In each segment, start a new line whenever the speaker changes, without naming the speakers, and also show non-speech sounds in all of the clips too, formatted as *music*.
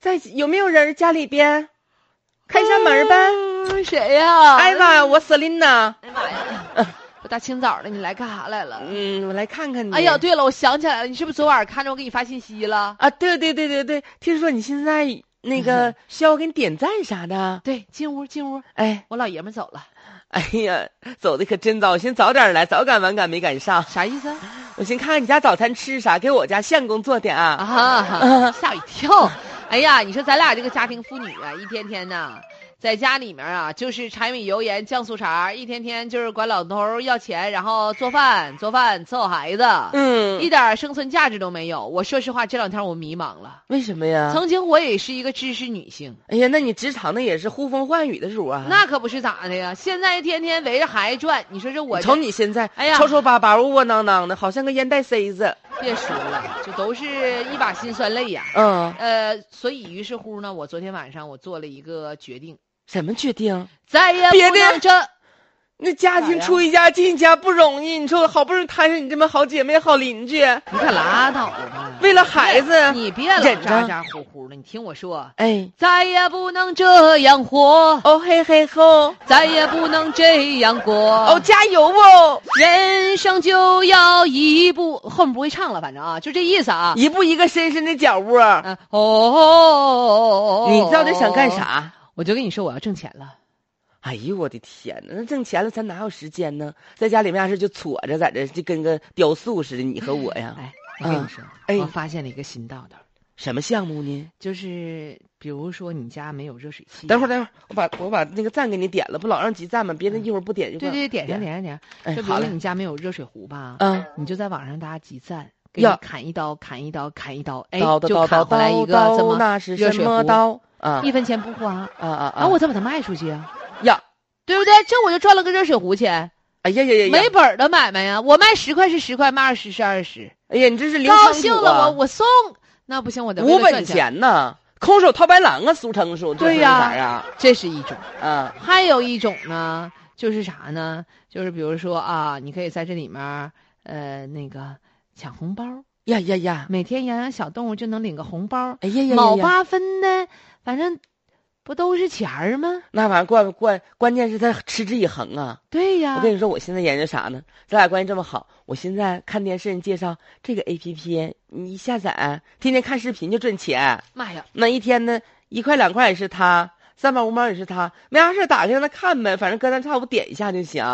在有没有人家里边？开一下门呗。
嗯谁呀？
哎呀妈呀，我 Selina，
哎呀妈呀！我大清早的，你来干啥来了？
嗯，我来看看你。
哎呀，对了，我想起来了，你是不是昨晚看着我给你发信息了？
啊，对对对对对，听说你现在那个需要我给你点赞啥的。
对，进屋进屋，
哎
我老爷们走了，
*laughs* 哎呀，走的可真早，我寻思早点来，早赶晚赶没赶上。
啥意思啊？
我寻看看你家早餐吃啥，给我家相公做点啊。
啊，吓我一跳！哎呀，你说咱俩这个家庭妇女啊，一天天呐，在家里面啊，就是柴米油盐酱醋茶，一天天就是管老头儿要钱，然后做饭做饭伺候孩子，一
嗯，
点生存价值都没有。我说实话，这两天我迷茫了。
为什么呀？
曾经我也是一个知识女性，
哎呀，那你职场那也是呼风唤雨的主啊。
那可不是咋的呀！现在天天围着孩子转，你说这我
你
这
瞅你现在，
哎呀
抽抽巴巴、窝窝囊囊的，好像个烟袋塞子。
别说了，这都是一把辛酸泪呀、
嗯，
呃，所以于是乎呢，我昨天晚上我做了一个决定，
什么决定？
再也
别
不
的
能这
那家
咋
庭
呀
出一家进一家不容易，你说我好不容易摊上你这么好姐妹、好邻居，
你可拉倒吧！
为了孩子，
你别老
忍着
咋咋呼呼的，你听我说，
哎，
再也不能这样活，
哦嘿嘿吼，
再也不能这样过。
哦加油哦，
人生就要一步，后面不会唱了，反正啊，就这意思啊。
一步一个深深的脚窝，
嗯、哦，
你到底想干？啥？
我就跟你说，我要挣钱了。
哎呦我的天呐，那挣钱了咱哪有时间呢？在家里面啊是就搓着，在这就跟个雕塑似的，你和我呀，
哎，我跟你说，
哎
我发现了一个新道道，
什么项目呢？
就是比如说你家没有热水器，
等会儿，等会儿，我把我把那个赞给你点了，不老让急赞吗？别人一会儿不点就
嗯对对，点上点上点
哎
上，就比
好
如
嘞
说你家没有热水壶吧，
嗯，
你就在网上大家集赞，给
呀
你砍一刀，砍一刀，砍一刀，哎，
刀刀
就
刀刀
砍回来一
刀
个这
刀，
么
那是
热
什
水
么
壶，
刀啊
一分钱不花，
啊啊
然
啊！
后我再把它卖出去啊，
呀，
对不对？这我就赚了个热水壶钱，
哎呀呀呀呀，
没本儿的买卖呀，我卖十块是十块，卖二十是二十，
哎呀，你这是零
高
仓
兴
储
了我
啊，
我送，那不行，我得为
无
了
本
赚，
钱呐，空手套白狼啊，俗称说这
对
是
呀
啥呀？
这是一种。
啊，
还有一种呢，就是啥呢？就是比如说啊，你可以在这里面儿，呃，那个抢红包，
呀呀呀，
每天养养小动物就能领个红包，
哎呀呀呀
某
呀，
八分的，反正不都是钱儿吗？
那玩意儿关关关键是他持之以恒啊！
对呀
我，跟你说，我现在研究啥呢？咱俩关系这么好，我现在看电视人介绍这个 A P P，你一下载，天天看视频就赚钱，
妈呀，
那一天呢一块两块也是他。三毛五毛也是他，没啥事儿打开让他看呗，反正隔三差五点一下就行。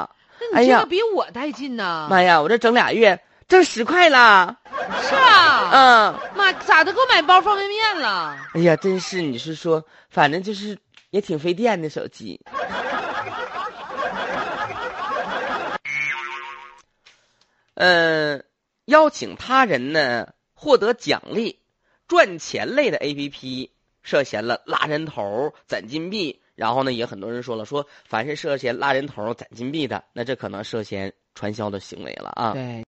那
哎
你这
呀
个比我带劲呐！
妈呀，我这整俩月挣十块啦！
是啊，
嗯，
妈咋的给我买包方便面了？
哎呀，真是你是说，反正就是也挺费电的手机。嗯，邀请他人呢获得奖励，赚钱类的 A P P 涉嫌了拉人头、攒金币，然后呢，也很多人说了，说凡是涉嫌拉人头、攒金币的，那这可能涉嫌传销的行为了啊。
对。